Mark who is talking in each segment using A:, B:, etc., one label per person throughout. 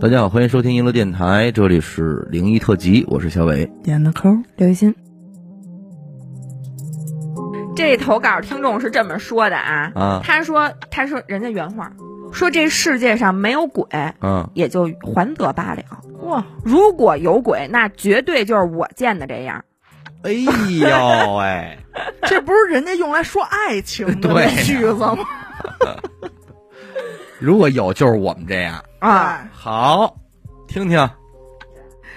A: 大家好，欢迎收听娱乐电台，这里是灵异特辑，我是小伟。
B: 点的抠，
C: 刘雨欣，
D: 这投稿听众是这么说的啊，
A: 啊
D: 他说他说人家原话说这世界上没有鬼，
A: 嗯，
D: 也就还则罢了。
B: 哇，
D: 如果有鬼，那绝对就是我见的这样。
A: 哎呦喂，
B: 这不是人家用来说爱情的那
A: 对
B: 句子吗？
A: 如果有就是我们这样。
B: 哎
D: 啊，
A: 好，听听，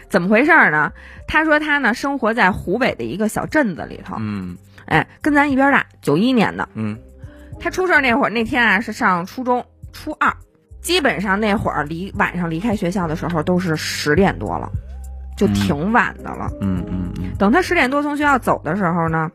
D: 怎么回事儿呢？他说他呢生活在湖北的一个小镇子里头，
A: 嗯
D: 哎，跟咱一边大，九一年的。
A: 嗯
D: 他出事儿那会儿，那天啊是上初中初二，基本上那会儿离晚上离开学校的时候都是十点多了，就
A: 嗯
D: 挺晚的了。
A: 嗯嗯嗯，
D: 等他十点多从学校走的时候呢，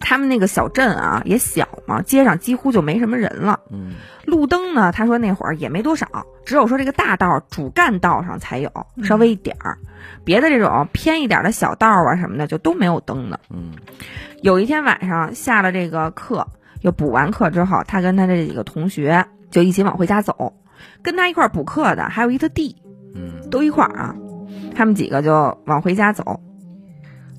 D: 他们那个小镇啊也小嘛，街上几乎就没什么人了。
A: 嗯
D: 路灯呢，他说那会儿也没多少，只有说这个大道主干道上才有稍微一点儿，别的这种偏一点的小道啊什么的就都没有灯的。
A: 嗯
D: 有一天晚上下了这个课，又补完课之后，他跟他这几个同学就一起往回家走，跟他一块儿补课的还有一他弟，
A: 嗯
D: 都一块儿啊，他们几个就往回家走。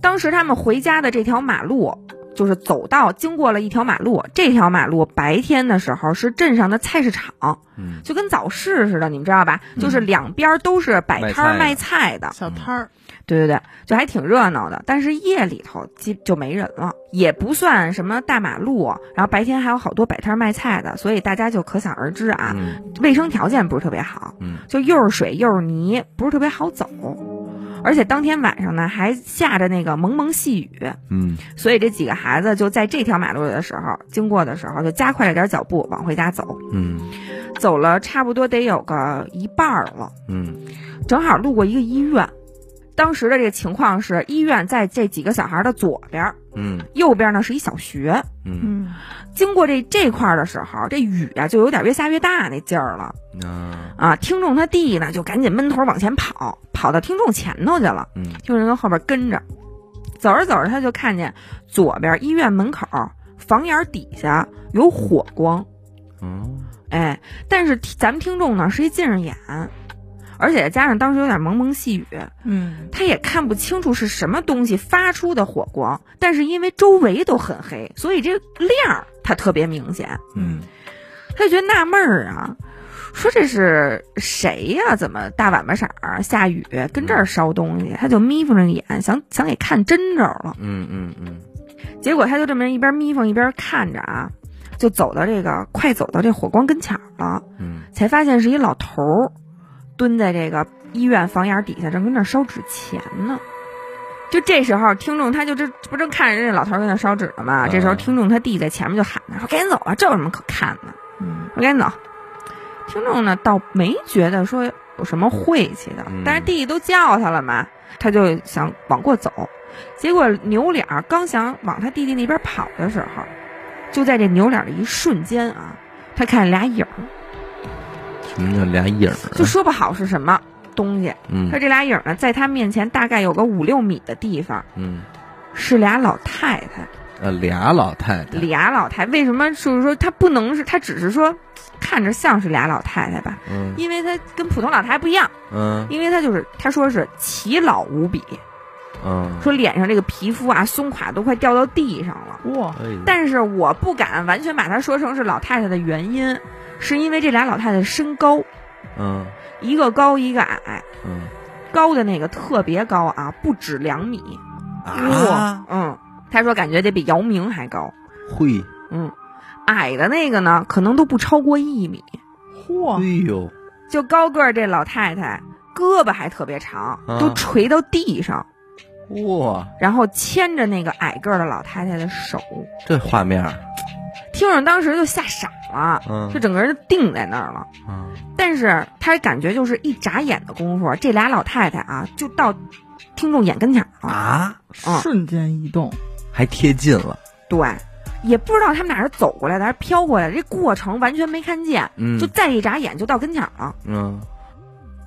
D: 当时他们回家的这条马路，就是走道经过了一条马路，这条马路白天的时候是镇上的菜市场，
A: 嗯，
D: 就跟早市似的，你们知道吧？
A: 嗯
D: 就是两边都是摆摊儿
A: 卖
D: 卖菜的，
B: 小摊儿，
D: 对对对，就还挺热闹的。但是夜里头基就没人了，也不算什么大马路，然后白天还有好多摆摊儿卖菜的，所以大家就可想而知啊，
A: 嗯
D: 卫生条件不是特别好。
A: 嗯
D: 就又是水又是泥，不是特别好走。而且当天晚上呢，还下着那个蒙蒙细雨，
A: 嗯
D: 所以这几个孩子就在这条马路的时候经过的时候，就加快了点脚步往回家走。
A: 嗯
D: 走了差不多得有个一半儿了，
A: 嗯
D: 正好路过一个医院。当时的这个情况是，医院在这几个小孩的左边儿，
A: 嗯
D: 右边呢是一小学。
A: 嗯，
B: 嗯，
D: 经过这这块儿的时候，这雨啊就有点越下越大那劲儿了。
A: 那
D: 啊，听众他弟呢就赶紧闷头往前跑，跑到听众前头去了，
A: 嗯
D: 听众跟后边跟着，走着走着他就看见左边医院门口房檐底下有火光，
A: 嗯
D: 哎，但是咱们听众呢是一近视眼，而且加上当时有点蒙蒙细雨，
B: 嗯，
D: 他也看不清楚是什么东西发出的火光，但是因为周围都很黑，所以这亮儿它特别明显。
A: 嗯
D: 他就觉得纳闷儿啊，说这是谁呀、怎么大晚巴色儿下雨跟这儿烧东西？他就眯缝着眼，想想给看真着了。
A: 嗯嗯嗯
D: 结果他就这么一边眯缝一边看着啊，就走到这个快走到这火光跟前儿了，
A: 嗯，
D: 才发现是一老头儿蹲在这个医院房檐底下，正跟那儿烧纸钱呢。就这时候，听众他就这这不正看着这老头儿跟那儿烧纸呢吗？这时候，
A: 嗯
D: 听众他弟在前面就喊他说：“赶紧走啊，这有什么可看的？”
B: 嗯，
D: 我赶紧走。听众呢倒没觉得说有什么晦气的
A: 嗯，
D: 但是弟弟都叫他了嘛，他就想往过走，结果扭脸儿刚想往他弟弟那边跑的时候，就在这扭脸儿的一瞬间啊，他看见俩影儿，
A: 什么叫俩影儿？啊
D: 就说不好是什么东西。
A: 嗯
D: 他这俩影儿呢，在他面前大概有个五六米的地方，
A: 嗯
D: 是俩老太太。
A: 呃俩老太太，
D: 俩老太为什么就是说她不能是她只是说看着像是俩老太太吧？
A: 嗯
D: 因为她跟普通老太太不一样，
A: 嗯
D: 因为她就是她说是奇老无比，
A: 嗯，
D: 说脸上这个皮肤啊松垮都快掉到地上了。
B: 哇，
A: 哎呦
D: 但是我不敢完全把她说成是老太太的原因，是因为这俩老太太身高
A: 嗯
D: 一个高一个矮，
A: 嗯
D: 高的那个特别高啊，不止两米。
A: 啊，
D: 嗯，她说感觉得比姚明还高。
A: 会，
D: 嗯，矮的那个呢，可能都不超过一米。
A: 哎
B: 嚯，
A: 呦，
D: 就高个儿这老太太，胳膊还特别长，
A: 啊
D: 都垂到地上，
A: 哇，
D: 然后牵着那个矮个儿的老太太的手。
A: 这画面儿，
D: 听众当时就吓傻了，
A: 嗯
D: 就整个人就定在那儿了。
A: 嗯
D: 但是他感觉就是一眨眼的功夫，这俩老太太啊，就到听众眼跟前儿了。
A: 啊，
D: 嗯
B: 瞬间移动，
A: 还贴近了，
D: 对，也不知道他们俩是走过来的还是飘过来的，这过程完全没看见，
A: 嗯
D: 就再一眨眼就到跟前儿了。
A: 嗯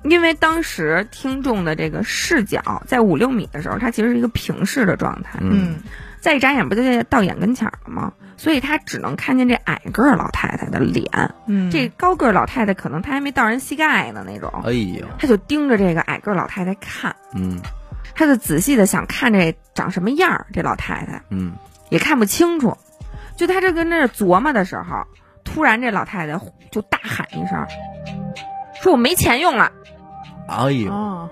D: 因为当时听众的这个视角在五六米的时候，它其实是一个平视的状态，
A: 嗯，
D: 再一眨眼不就到眼跟前儿了吗？所以他只能看见这矮个儿老太太的脸，
B: 嗯，
D: 这高个儿老太太可能她还没到人膝盖呢那种，
A: 哎呦，
D: 他就盯着这个矮个儿老太太看，
A: 嗯
D: 他就仔细的想看这长什么样儿，这老太太
A: 嗯，
D: 也看不清楚。就他这跟那儿琢磨的时候，突然这老太太就大喊一声，说：“我没钱用了。”
A: 哎呦，
B: 哦，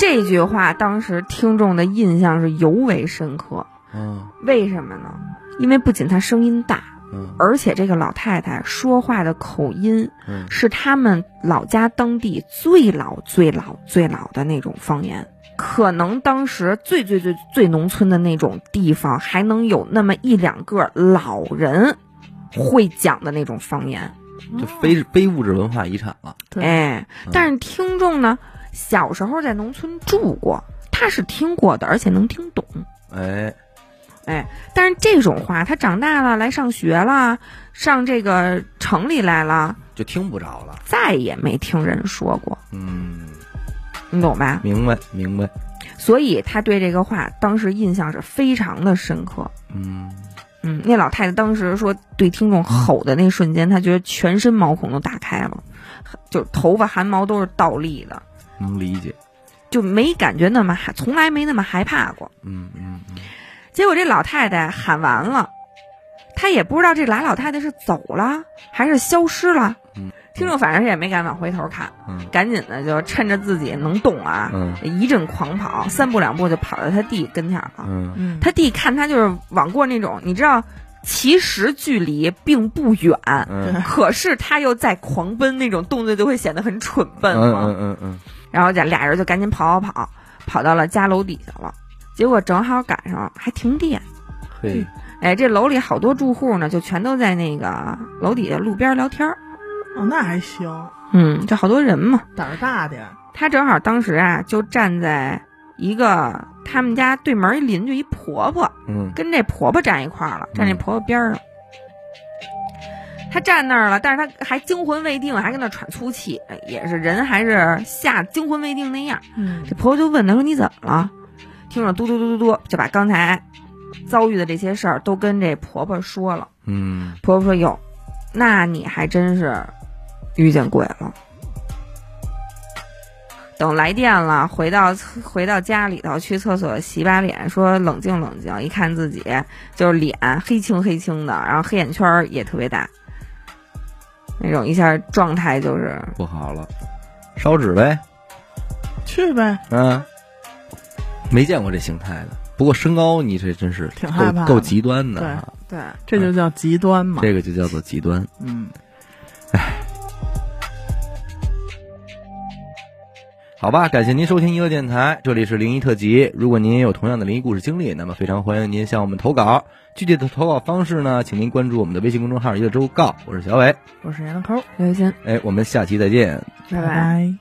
D: 这句话当时听众的印象是尤为深刻。
A: 嗯
D: 为什么呢？因为不仅她声音大，
A: 嗯
D: 而且这个老太太说话的口音
A: 嗯，
D: 是他们老家当地最老、最老、最老的那种方言。可能当时最最最最农村的那种地方，还能有那么一两个老人会讲的那种方言。
A: 就非非物质文化遗产了，
B: 对
D: 哎
A: 嗯，
D: 但是听众呢，小时候在农村住过，他是听过的，而且能听懂。
A: 哎，
D: 但是这种话，他长大了来上学了，上这个城里来了，
A: 就听不着了，
D: 再也没听人说过，
A: 嗯，
D: 你懂吧？
A: 明白明白，
D: 所以他对这个话当时印象是非常的深刻。
A: 嗯，
D: 嗯，那老太太当时说对听众吼的那瞬间，她觉得全身毛孔都打开了，就头发汗毛都是倒立的，
A: 能理解，
D: 就没感觉那么害，从来没那么害怕过。
A: 嗯嗯嗯
D: 结果这老太太喊完了，她也不知道这俩老太太是走了还是消失了
A: 嗯。
D: 听众反正也没敢往回头看，
A: 嗯
D: 赶紧的就趁着自己能动啊，
A: 嗯
D: 一阵狂跑，三步两步就跑到他弟跟前了。
A: 嗯，
B: 嗯，
D: 他弟看他就是往过那种，你知道，其实距离并不远，
A: 嗯
D: 可是他又在狂奔，那种动作就会显得很蠢
A: 嗯
D: 笨嘛。
A: 嗯 嗯
D: 然后这俩人就赶紧跑跑跑，跑到了家楼底下了。结果正好赶上还停电，
A: 嗯，嘿，
D: 哎，这楼里好多住户呢，就全都在那个楼底下路边聊天儿。
B: 哦，那还行，
D: 嗯，就好多人嘛。
B: 胆儿大点儿，
D: 他正好当时啊，就站在一个他们家对门儿一邻居一婆婆，
A: 嗯
D: 跟这婆婆站一块儿了，站这
A: 嗯
D: 婆婆边儿上。他站那儿了，但是他还惊魂未定，还跟那喘粗气，哎也是人还是吓惊魂未定那样。
B: 嗯
D: 这婆婆就问他说：“你怎么了？”听着嘟嘟嘟嘟嘟，就把刚才遭遇的这些事儿都跟这婆婆说了。
A: 嗯，
D: 婆婆说：“哟，那你还真是遇见鬼了。”等来电了，回到回到家里头去厕所洗把脸，说冷静冷静。一看自己就是脸黑青黑青的，然后黑眼圈儿也特别大，那种一下状态就是
A: 不好了，烧纸呗，
B: 去呗，
A: 嗯，没见过这形态的。不过身高你这真是
B: 挺害怕
A: 够够
B: 的
A: 极端的
B: 对
A: 啊，
D: 对
B: 这就叫极端嘛，
A: 这个就叫做极端。
B: 嗯，
A: 好吧，感谢您收听娱乐电台，这里是灵异特辑。如果您也有同样的灵异故事经历，那么非常欢迎您向我们投稿。具体的投稿方式呢，请您关注我们的微信公众号“娱乐周告”，我是小伟。
B: 我是闫德抠，
D: 刘雨欣，
A: 哎，我们下期再见。
D: 拜
B: 拜。